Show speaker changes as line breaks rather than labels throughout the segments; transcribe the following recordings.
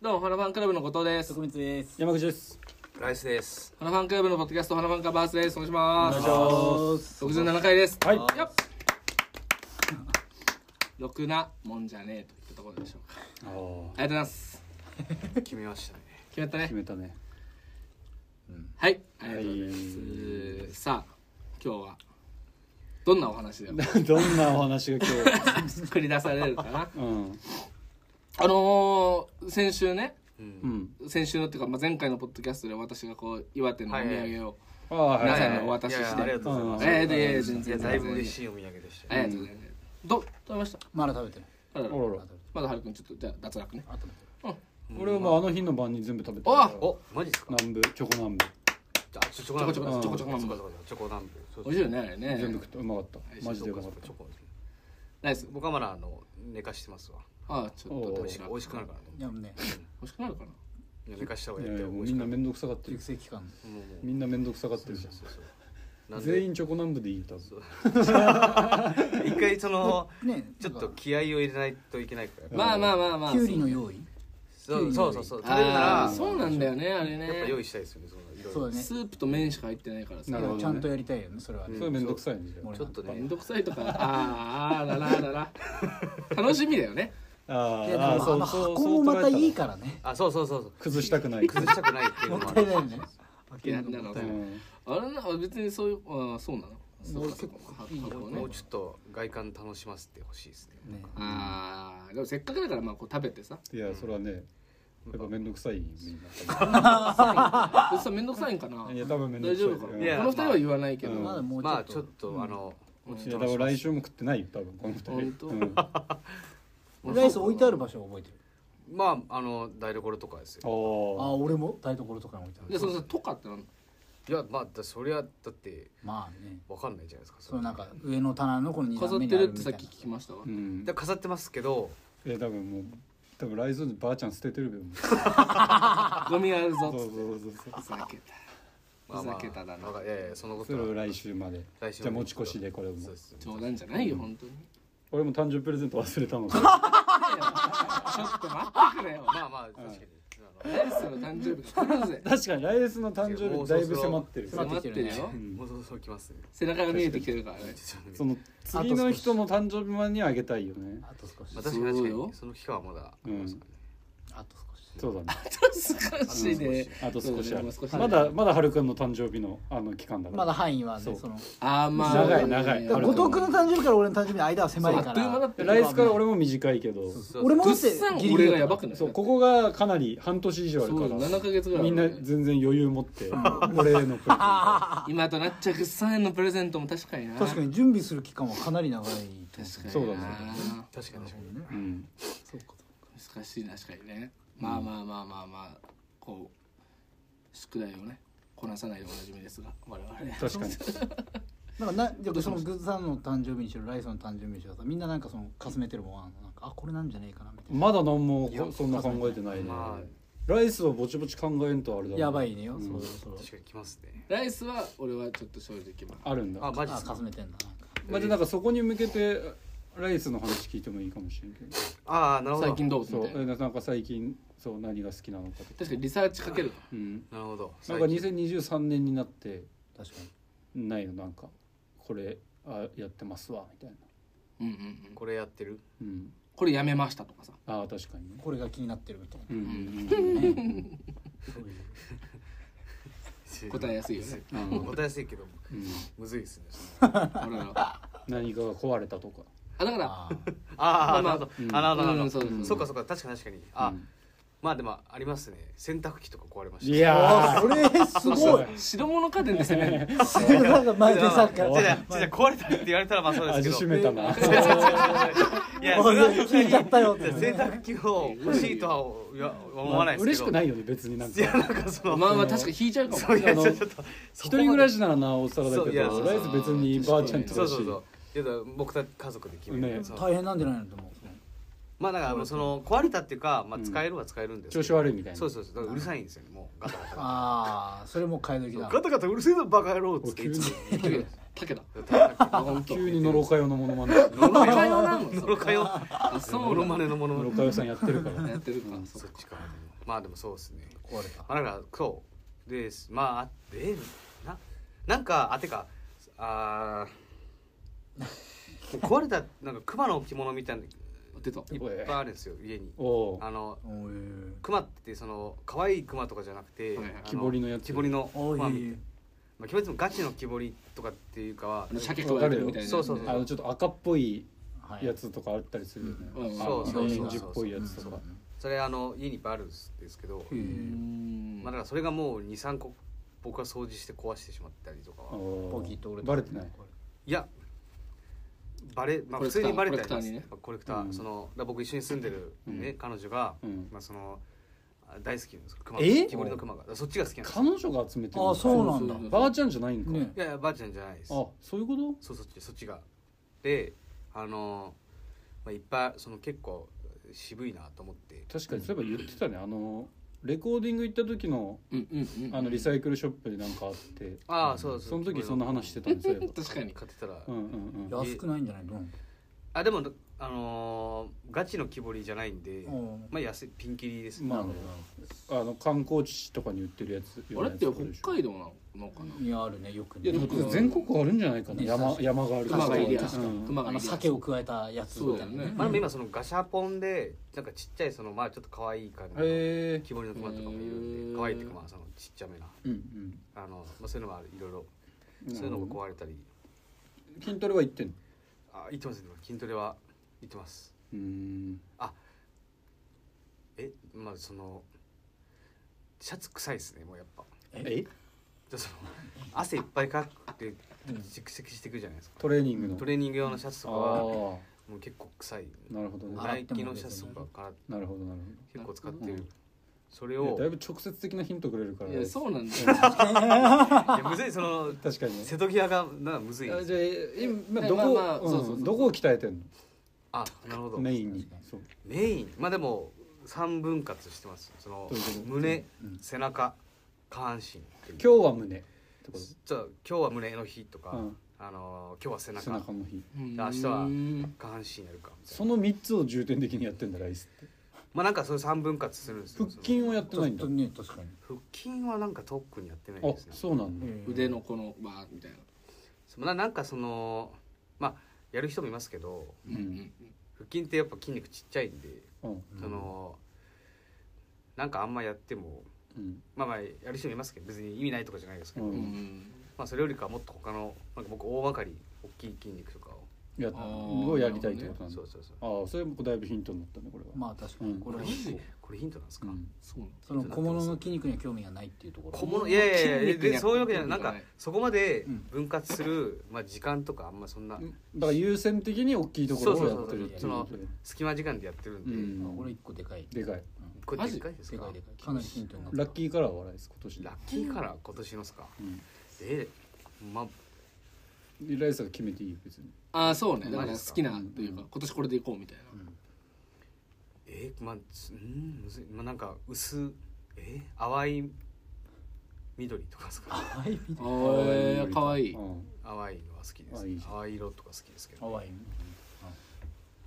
どうも、花ファンクラブの後藤です。
徳光です。
山口です。
ライスです。
花ファンクラブのポッドキャスト、花ファンカバースです。お願いします。
ます。
67回です。
はい。
よっろくなもんじゃねえといったところでしょうか。ありがとうございます。
決めましたね。
決めたね
決。めたね。
はい、ありがとうございます。さあ、今日は、どんなお話でも
どんなお話が今
繰り出されるかな。
日。うん。
あのー、先週ね、
うん。
うん。
先週のっていうか、まあ、前回のポッドキャストで私がこう、岩手のお土産を
ああ、
皆
は
さん
い。
にお渡しして。
ありがとうございます。
ええで、全
いや
然。
だいぶ嬉
い。
しいお土産でした
あ
よ。
りがとうございます。ど、食べました
まだ食べてる。
あらら
おろろ。
まだはるくんちょっとじゃあ脱落ね
あとで。
俺はもうあの日の晩に全部食べて
あ
お
お、マジですか。
南部、チョコ南部。
あ、ちょチョコナン
チョ
チ
コ
ョ
チ
コ
ョコチョコ
チョコナンブ。そう
美味しいよねあれね
全部食った。うまかった。マジでうまかっ
チョコですね
ナイス
僕はまだあの寝かしてますわ。
ああちょっと
おう
美
美
味
味
し
し
く
く
美味しくなるからね。
いやもうね、
美味しくなるかない
や寝かした方
た。
が
い
いい
や
って美
いや、もう
味し
みん
く
な
なる。
めんどくさがって
熟
る。
成期間。
もうもう
みんなめんどくさがってるじゃん。
そうそうなんで
全員チョコ南部でいい多分。
一回その
ね、
ちょっ
な
と
んか
気合を入れないといけないから。
まあまあまあまあ
きゅうりの用意。
そうそうそうそう。食べるな
あ
ら
あそうなんだよねあれ
やっぱ用
ね
意したいですよね。そのいろいろ
そうだね。
スープと麺しか入ってないから
な
さ
るほどね
ちゃんとやりたいよね、それは
そ
ね。
れはめんどくさいね。じゃ
もう
ちょっと
め
ね
ん。どくさいとかあああらららら楽しみだよね
あー
いやでもあの箱もまたいい。
捉え
からね。
あ、そうそうそうそう。
た崩したくない。
崩したくないっていうの
もっ
もあ
たい
る
ないよね。
いやなるほど
うん
あれな別にそういうああそうなの
俺結構
そうか
いいよ
そうか
も
ね
うちょっと外観楽しませてほしいですね
ね
ああでもせっかくだからまあこう食べてさ
いや、それはね。やっぱめんどくさい。みん
別にさめんどくさいんかな
な。いや、多分めんど
大
く
丈夫
さ
か
い
なこ
うん。
いや
の二人は言わないけど
うん
まだもう
まあ
ち
ち
ょ
ょ
っ
っとあの
いやだから来週も食ってないよ多分この二人
本当
うん
と。ライス置いてある場所覚えてる。
まああの台所とかですよ
あ
お
あ、俺も台所とかに置いてあ
で
る。
そのさ「とか」ってなん
いやまあだそりゃだって
まあね。
わかんないじゃないですか
そのなんか上の棚のこの二
飾
段
っ
目
て
にあ
る
る
っ
み
てさっ
たいな
き聞。きましたわ
ーうん
で飾ってますけど
いや多分もう多分ライズンばあちゃん捨ててるべもう
ゴミあるぞっ
そう
つ
そ
ってふ
うそうそう
ざけた
まあ
ふざけただな
まあいやいやそのこ
そ
と
れを
は
来週まで
来週
じゃあ持ち越しでこれも
そうですね
冗談じゃないよ本当に
俺も誕生日プレゼント忘れたの
ちょっと待ってくれよ
まあまあ確かにあ
ライスの誕生日が来るぜ
確かに来月の誕生日だいぶ迫ってる
そろ
迫
迫
っ
ってて
る
る
よ
よ
のもうそろそろ来ますね
背中が見えてきてるからね
ちょっとね
その次の人の誕生日までにあげたいよね
あと少し
まあ。確かに
そう
確か
よ
にその期間はまだありますからね
あと少し。
そうだね
少しで
あと少しある
そうね
まだまだはるくんの誕生日のあの期間だから
まだ範囲は
そ
ね、
う
その。
あーまあ
長い長い
だから後藤君の誕生日から俺の誕生日の間は狭い
あ
か
っという間だ
ら
っ。た
で来月から俺も短いけど
そう
俺も
ぐ
だ
っ
って
さん
ギリギリ
俺
だ
が
から
やばくない
そうここがかなり半年以上ある
そう
から
7ヶ月ぐらい
みんな全然余裕持 って俺へのプレゼント
今となっちゃぐっさんへのプレゼントも確かにな
確かに準備する期間はかなり長いと思う。
確かに
そうだね
な
確かに確かに
うん
そうか。
難しいな確かにねまあまあまあまあまあこう宿題をねこなさないでおなじみですが我々
確かに
なんかなじゃあそのグッズさんの誕生日にしろライスの誕生日にしろさみんななんかそのかすめてるもんはなんかあこれなんじゃねえかなみたいな
まだ何もこそんな考えてないね
ま
ライスはぼちぼち考えんとあれだな
やばいねよ、そろそ
あ
ろ
確かに来ますね
ライスは俺はちょっと正直まあ
あるんだ
あマジで
あ
す
か
か
すめてんだなんか
まあ、じゃあなんかそこに向けてライスの話聞いてもいいかもしれんけど
ああなるほど
最近どうみた
そ
いうな
えなんか最近そう何が好きなのかとか、
確かにリサーチかける
うん、
なるほど
なんか2023年になって
確かに
ないのなんかこれあやってますわみたいな、
うんうんうん
これやってる
うん、
これやめましたとかさ
ああ確かにね
これが気になってるみたい
うん
なそういう
答えやすいよね
うんうん
答えやすいけど
うん
むずいですね
俺らは
何かが壊れたとか
あだから
あー
あ
ま
あな
あまあ
るほどあなるほどな
う
るほ
んそうそうそう
どそっかそっか確かに確かにあ
うん
まあでもありますね洗濯機とか壊れました
いや
あ それすごい
白物家電で攻める
それなんか前でさっき
じゃあじゃあじゃあ壊れたって言われたらまあそうで
味
す
し
けど
めたない
やそれは
聞いちゃったよって
洗濯機を欲しいとはいや思わないですけど
嬉しくないいよね別になん
いや
か
なんかその
まあまあ確かに引いちゃうかも
そういや
あの
ちょっと
一人暮ら
し
しならなおさらだ
そ
け
ういや
ど
そう
ライス別にばあちゃんと
そう
だし
そうそういやだから僕たち家族で決め
ね
るそう
大変なんじゃないのと思う
まあだからその壊れたっていうかまあ使えるは使えるんですけど
調子悪いみたいな
そうそうそうだからうるさいんですよねもうガタガタ
ああそれも買い時だ
ガタガタうるせえぞバカ野郎っつってい
急に
つも
竹だ本当
急にノロカヨのモノマネノ
ノロカヨなの
ノロカヨ
あそ
モ
う
ノ
ロ
マ
マ
ネ
ネ
のモノマ
ロ
ネ
カヨさんやってるから
やってるかそ
そっ
うか
ちかまあでもそうですね
壊れた
まあだからそうでまあえななんかあてかあー壊れたなんか熊の置物みたいなの
出た
いっぱいあるんですよ家に
おお
あの
おー
熊ってその可愛い熊とかじゃなくて、
はいはい
あ
木彫りのやつ
木彫りの
お
まあ
ー
まあ、木彫りってもガチの木彫りとかっていうかは
あの鮭食われてるみたいな
そうそうそう
あのちょっと赤っぽい
はい
やつとかあったりするよね
うんうん
あ
そうそうそう
オレンジっぽいやつとか
それあの家にいっぱいあるんですけど、
う
へー
ん
まあ、だからそれがもう23個僕は掃除して壊してしまったりとかは、
おー
ポキッと折れた
バレてない
いやバレ、まあ、
コ
普
レクター
通にバレた
コ
り
レクター
す
にね
やっぱコレクター、
うん
そのだから僕一緒に住んでる、ね
うん
彼女が、
うん
まあ、そのあ大好きなんです熊が
え
木彫りの熊がだからそっちが好きなんです
彼女が集めてる
あそうなんだ
そうそう
ばあちゃんじゃないんか
ね
いやいやばあちゃんじゃないです
あそういうこ
そうそっちそっちがであのまあ、いっぱいその結構渋いなと思って
と確かにそういえば言ってたねあのレコーディング行った時の
うんうんうん
あのリサイクルショップでなんかあって
ああそうそう
その時そんな話してたんですよ
確かに
買ってたら、
うんうんうん
安くないんじゃないの
あでもあのーガチの木彫りじゃないんで、
うん
まあ安いピンキリです、
まああの観光地とかに売ってるやつ
あれって北海
道
道なのかない
やあるねよく
いやで
ね
も
全国あるんじゃないかな
ね
山
確かに
山がある
熊がいりゃ
確
う
か
ん
熊が
あ
いりゃ
の鮭を加えたやつみたいな
そうだよね
まあ、でも今そのガシャポンでなんかちっちゃいそのまあちょっと可愛い感じの
へえ
木彫りの熊とかもいるん
へ
で
ー
可愛いっていうかまあそのちっちゃめな
うん
あの、まあ、そういうのもあるいろいろ
うん
そういうのも壊れたり
筋トレは行ってんの
あ行ってますね筋トレは行ってます
うん
えまあそのシャツ臭いですねもうやっぱ
え
じゃあその汗いっぱいかくて
うん
蓄積していくじゃないですか
トレーニングの
トレーニング用のシャツと
ああ
かはもう結構臭い
ーなるほどね
あ
ナイキのシャツとかから
なるほどなる
結構使ってるそれ
ほど
を
いやだいぶ直接的なヒントくれるから
いやそうなんだよ
いやむずいその
確かにね
瀬戸際がなむずい
あじゃあ今
え
どこ
まあまあそうそうそう
うんどこを鍛えてん
あなるほど
のメ
メ
インに
確かに
そう
インまあでも三分割してますその
どういうこと
胸
うん
背中下半身っていう
今日は胸ってこ
じゃあ今日は胸の日とか
うん
あの今日は背
と
中
背中の日
明
日は下半身やるかみたいな
その3つを重点的にやってんだライスって
まあなんかそういう三分割するんですよ
腹筋をやって
ちょ
な
っ
いんだ
とね確かに
その腹筋はなんか特にやってない
あ
ですね
そうなんだ
腕のこのバーみたいな
そのななんかそのまあやる人もいますけど
うんうん
腹筋ってやっぱ筋肉ちっちゃいんで、
うん
そのなんかあんまやっても
うん
まあまあやる人もいますけど別に意味ないとかじゃないですけど、
う
うんん
まあそれよりかはもっと他のなんか僕大掛かり大きい筋肉とかを、
や
あー
をやりたいってことなんだ
そうそうそう
ああそれもだいぶヒントになったねこれは
まあ確かにこれ
こ
は
れ
マジ
これヒントなんですか、
うん
そうなん
その小物の筋肉には興味がないっていうところ
小物いやいやいや
筋肉に
でそういうわけじゃないなんか
はい
そこまで
うん
分割する、まあ、時間とかあんまそんな
だから優先的に大きいところをやってるっていうことで
隙間時間でやってるんで、
うん
あこれ一個でかい
でかい
これでっかいです
で
か
かいでかいかなりヒントになった
ラッキーカラーはライス今年
ラッキーから今年のっすか
うん
えまあ
でライスが決めていいよ別に
ああそうねだか
マジ
ら
っ
好
すか
きなというか今年これでいこうみたいな
えまあつうんむずいまあなんか薄え淡い緑とかですか
淡いみたい
ああかわいい
うん
淡いのは好きで
あ
す
いい
ね
じゃん
淡い色とか好きですけど
淡い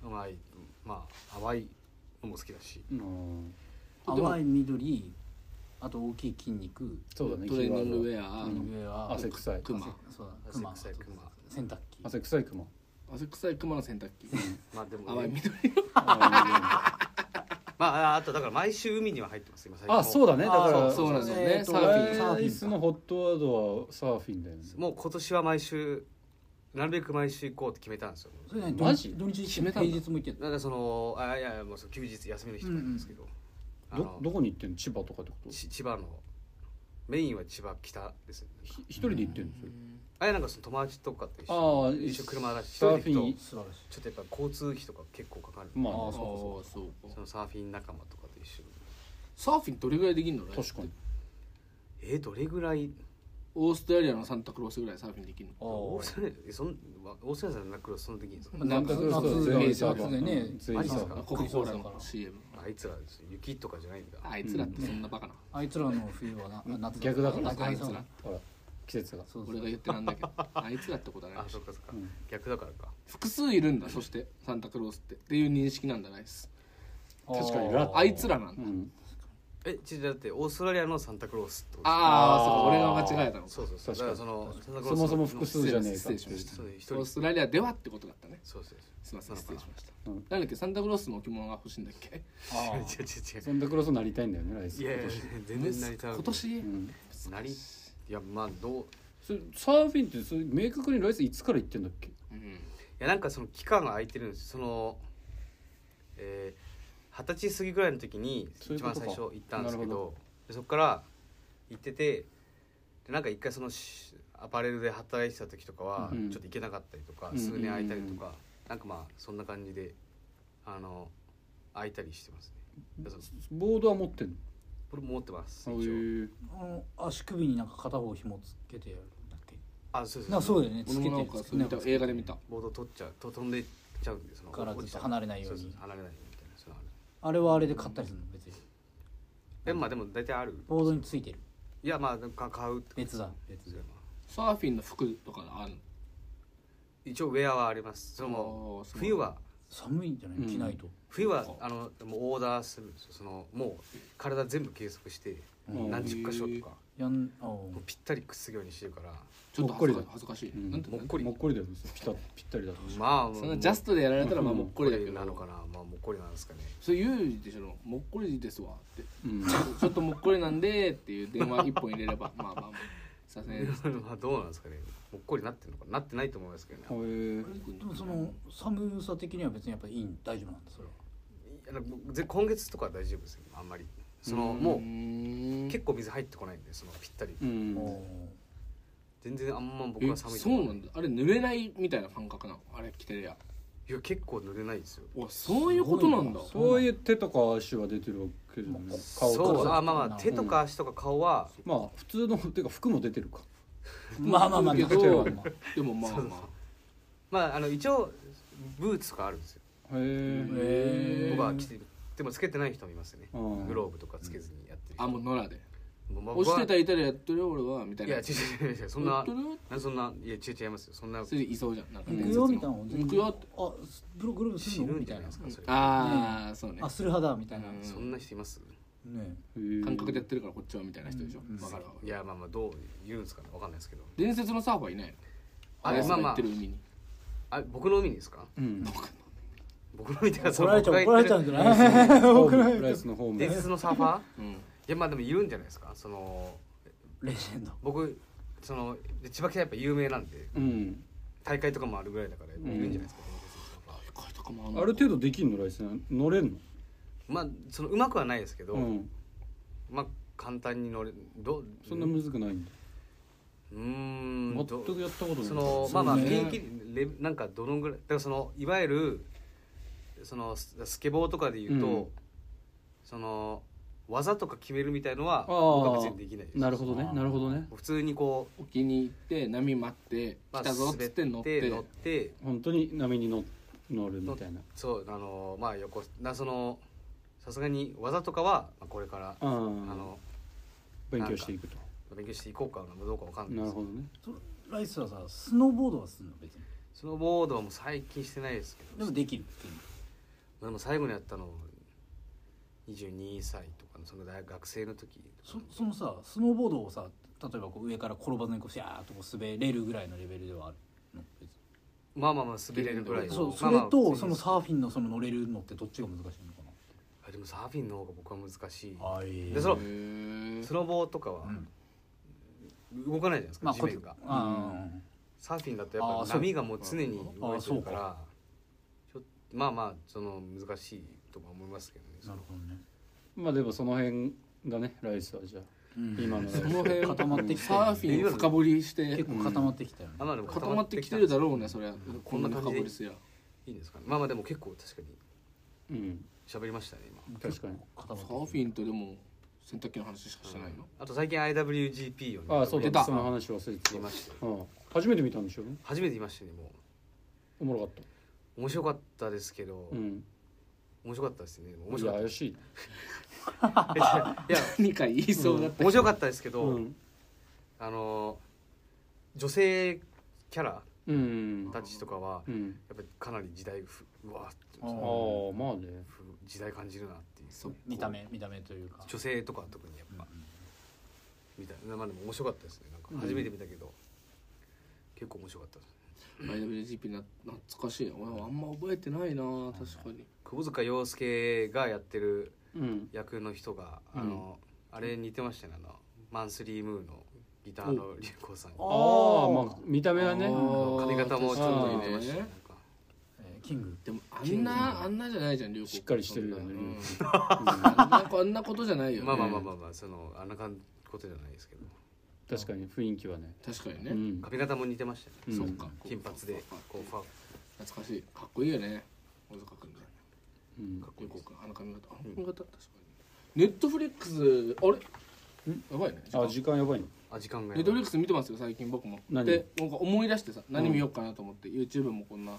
淡いまあ淡いのも好きだし
うん
淡い緑あと大きい筋肉
そうだね
トレーニングウ
キーワー
ェア
上は
汗臭い
ク
熊
そうだ
汗
熊
臭い熊
洗濯機
ドは汗臭いクマ
汗臭い熊の洗濯機
まあでも、
淡い
ね、
緑
あ
まああとだから毎週海には入ってます今最近も
あそうだねだか
あ
ら
ー
そうなんですよね
えーと
サーフィン
サー
ラ
フィ
イ
ン
スのホットワードはサーフィンだよね
もう今年は毎週なるべく毎週行こうって決めたんですよ
それ何
マジ
土日
決めた
平
んだ
日も行ってんの
なんかそのあいやいやもうその休日休みの日とかなんですけど、あ
ど
の
どこに行ってんの千葉とかってこと
ち千葉のメインは千葉北ですね
ひ一人で行ってんのそれ
あれなんかその友達とかと一
あ
緒
あ
に一緒に車だし一
サー
人
フ
で行
ィ
く
ン
と
素晴らしい
ちょっとやっぱ交通費とか結構かかる、
まあ
あ
あ
ー
あ
そう
そうそう
そ
か
のサーフィン仲間とかと一緒に
サーフィンどれぐらいできるの
確かに
えー、どれぐらい
オーストラリアのサンタクロースぐらいサーフィンできるの
オーストラリアえそんわオーストラリアのナックロスそんな時に
夏
なんか
夏
全員サー
夏
フィン
でね
全員サーフィン
マジっすか
コカ・コーラの CM
あいつら雪とかじゃないんだ
あいつらってそんなバカな
あいつらの冬はな夏
逆だから
あいつ
あ
ら
ほら季節が
そうそう
俺が言ってなんだけどあいつらってことはない
あそっかそっか、
うん
逆だからか
複数いるんだそしてサンタクロースってっていう認識なんだライス
確かに
ー
あい つらなん
う
だ、
ん
えちょだってオーストラリアのサンタクロースってこと
ああそう
あー
か俺が間違えたのか
そうそうそう
確
だ
か
からそ
に
のサンタクロース
そもそも複数じゃねえか
失礼しました
そう一
オ
人
ーストラリアではってことだったね
そうそう
すいません失礼しました、
うん
なんだっけサンタクロースの置物が欲しいんだっけ
そう 違う違
あ
サンタクロースになりたいんだよね来
う違うい
世
やいや全然なりたい
今年、
うん
なりいやまあどうい
それサーフィンってそれ明確に来世いつから行ってんだっけ
うん
やなんかその期間が空いてるんですそのえー二十歳過ぎぐらいの時に
そうい
一
うこ
番
とか
最初行ったんですけ
なるほ
どでそこから行っててでなんか一回そのしアパレルで働いてた時とかは
うん
ちょっと行けなかったりとか、
うん
数年空いたりとか、なんかまあそんな感じであの空いたりしてますねそう
ボードは持ってんの
これも持ってます
あ
一応
へえ
あの足首になんか片方紐つけてやるんだっけ
あそうそう
なんかそうだよね
俺
つけ
もな
て
ん
る
か
つ
そ
け
う見
なんか
た映画で見た
ボード取っちゃうと飛んでっちゃうんでその
から
落ちた
ずっと離れないように
そそ離れないようにみたいなそうある
あれはあれで買ったりするの別に
えまあでも大体ある
ボードについてる
いやまあか買うってこと
別だ別
です
だ
よ
サーフィンの服とかある
一応ウェアはありますその
のあーそう
冬は
寒いんじゃない
うん
着ないと
冬は
そうか
あのもうオーダーするんですよそのもう体全部計測して
うん
何十箇所とか
やんあー
もうぴったりくっつくようにしてるから
ちょっと
もっ
恥
こり
ず
だ
か恥ずかしい、
うん
なんて
もっこり
もっこりだよねピタぴったりだと
まあ
そのジャストでやられたらまあ
うん
もっこりだけど
なのかなまあもっこりなんですかね
それ言うでしょもっこりですわって
うん
ちょっともっこりなんでっていう電話一本入れればまあまあまあさすがにです
まあどうなんですかねもっこりなってるのかななってないと思いますけどね
へえ
でもその寒さ的には別にやっぱいいん大丈夫なんだそれはい
や僕ぜ今月とかは大丈夫ですよあんまりその
うん
もう結構水入ってこないんでそのぴったり
うん
お
全然あんま僕
え
は寒いと
そ
思
うなんだあれ濡れないみたいな感覚なのあれ着てりゃ
いや結構濡れないですよ
おそういうことなんだ
すごいな
そういう手とか足は出てるわけじゃない顔と
そう
か
あまあまあ
うん
手とか足とか顔は、
まあ普通のてか服も出てるか
ーまあまあまあ
け
まあま
ど
あまあ
でもまあ
そうそう
ま
まああの一応ブーツとかあるんですよ
へえ
へー
僕は着てるでもつけてない人もいますよね
うん
グローブとかつけずにやってる
あ
人
あもう野良で
もうまあ
落
僕
ちて
は
たらいたらやってるよ俺はみたい
い
な
や違う違う違うそん
やっ
な
てるよ
なそんないや違う違いますよそんな
それでいそうじゃんなんか
行
伝
く
説の
よみたいなの全然
行くよって
あブログルームす
死
る
ぬ
の
ん
み
じ
た
ゃ
い
ない
な
ですかそれ
ああそうね
あする派だみたいな
うん
そんな人います
ね
感覚でやってるからこっちはみたいな人でしょ
うん
わかるわか
い
る
やまあまあどう言うんですかねわかんないですけど
伝説のサーファーいないの
あ
あれ
ま
さ
あま
行
あ
ってる海に
あ僕の海にですか
うん
僕の海っていうかそ
怒
の
られちゃ
僕
う
が
怒
行ってる
られちゃうんじゃ ない
ホ
怒ら
ーム
れちゃ
ライ
う
スのホーム
伝説のサーファー
う
い
ん
やまあでもいるんじゃないですかその
レジェンド
僕そので千葉県はやっぱ有名なんで
うん
大会とかもあるぐらいだからい
ん
るんじゃないですか、伝説のサーファー
一回とかも
あ
んの
る程度できんの来世乗れんの
まあそのうまくはないですけど、
うん
まあ簡単に乗れどう
そんなむずくないんだ
うーん
全
ど
くやったことない
そのまあまあ
そう
現
ね
役レベなんかどのぐらいだからそのいわゆるそのススケボーとかで言うと、
うん
その技とか決めるみたいのは
あー
僕は別にできないです
なるほどねなるほどね
普通にこう、
沖に行って波待って
まあ
来たぞっつって乗って
乗って
本当に波に乗乗るみたいな
そうあのまあ横なそのさすがに技とかはまあこれから、
あ
あ
あ
の
勉強していくと
勉強していこうかなどうかわかんない
な
で
る
す
ほどね
そのライスはさスノーボードはするの別に
スノーボードはもう最近してないですけ
で
ど
も
で
できる
も最後にやったの22歳とかのその大学生の時
そそのさスノーボードをさ例えばこう上から転ばずにこうシャーッとこう滑れるぐらいのレベルではあるの別に
まあまあまあ滑れるぐらいの
そう
ま
そ
あ
れ
まあ
とそのサーフィンのその乗れるのってどっちが難しいのか
あでもサーフィンの方が僕は難しい
なあい
でその
へー
スノボーとかは
うん
動かないじゃないです
ま
か地
あこっ
面
ち
が
あ
サーフィンだとや
あ
っ
ー
ぱ
そう
波がもう常に動いてるか
あ
らちょっとまあまあその難しいとは思いますけどね
ーなるほどね
まあでもその辺だね来世はじゃあ
うん
今の
その辺
固まってきて
サーフィンを深掘りして
結構固まってきたよね
あまあでも
固まってきてるだろうねそれは
ん
こんな深掘りすりゃ
いいんですかねまあまあでも結構確かに
うん
喋りましたね今
確かに
固
サ
ま
ー
って
フ
き
ィンとでも洗濯機の話しかしてないの
あと最近 IWGP をね
ああそう
出
だ
た
その話忘れて
見
た
ましたよ
うん初めて見たんでしょ
初めて見ましたねも
おもろかった
う面白かったですけど
うん
面白かったですね面
い
白
や
かっ
怪しい
たいや
何か言いそうだった
面白かったですけど、
うん
あの女性キャラ
うん
たちとかは
うん
やっぱりかなり時代ふうわって
ああ
ー
まあね
ふ時代感じるなっていう
そう
見た目見た目というか
女性とかは特にやっ
うん
ぱ、みたいなまあでも面白かったですねなんか初めて見たけど、結構面白かったです
IWGP な懐かしい俺あんま覚えてないな確かに
窪塚洋介がやってる
うん
役の人があの、あれ似てましたねあのマンスリームーのギターの龍子さん
お
が
ああ
あー
まあ見た目はね
あー
髪型もちょっと似てましたね
あー
なんか
えーキング
でもあんなあんなじゃないじゃん涼子
しっかりして るよね
うん
涼
あんなあんなこと じゃないよね
まあまあまあまあまあそのあんな感ことじゃないですけど
確かに雰囲気はね
確かに
う
ね
ん
髪型も似てましたね
うん
そっか
金髪でこうファ
懐かしいかっこいいよね小塚君ね
うん
かっこいい子君あの髪型あの髪型確かにネットフリックスあれやばいね時間
あ時間やばいの
あ時間が
ネットフリックス見てますよ最近僕も
何
でなんか思い出してさ何見ようかなと思って、YouTube もこんな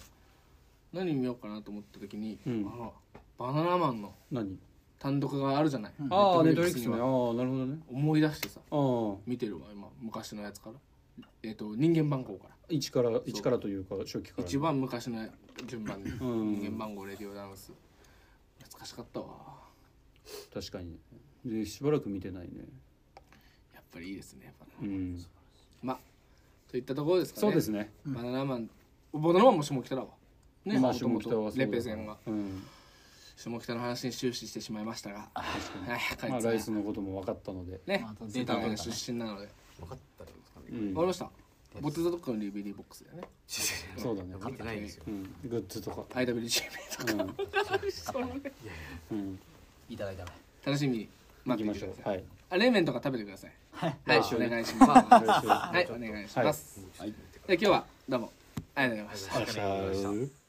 何見ようかなと思った時に、
うん
あのバナナマンの
何
単独があるじゃない、
うん
ああネットフ
Netflix
リックス
に
ねああ
は
なるほどね
思い出してさ
あ
見てるわ今昔のやつからえっ、と人間番号から
あ一から一からというか初期から
一番昔の順番で、
ん
人間番号レディオダンス懐かしかったわ
確かにでしばらく見てないね
やっぱりいいですねやっぱね
うん
まあといったところですかね
そうですね
バナナマンバナナマンも下北だわね
まあ
もともと
下北はそうだ
レペゼンが
うん
下北の話に終始してしまいましたが、はい、
まあライス
の
のことも分かったので
ね
まあ、
世
データ
田
がね
谷出身なので、
分かったんですかね
う
わ
ん
かりました。ボテザドッグのリビリーボックスだよね。
そうだね
見てないんですよ
うんグッズとか
IWGP と か、
うん
いただいたね
楽しみに
行
待
き
って
ま
いて
しょ
くだ
う
さい。
はい
あ冷麺とか食べてください。はい、
来週ね
お願いします。
ま
来週
はい、お願いします。
はい
で今日はどうもありがとうございました。
ありがとうございました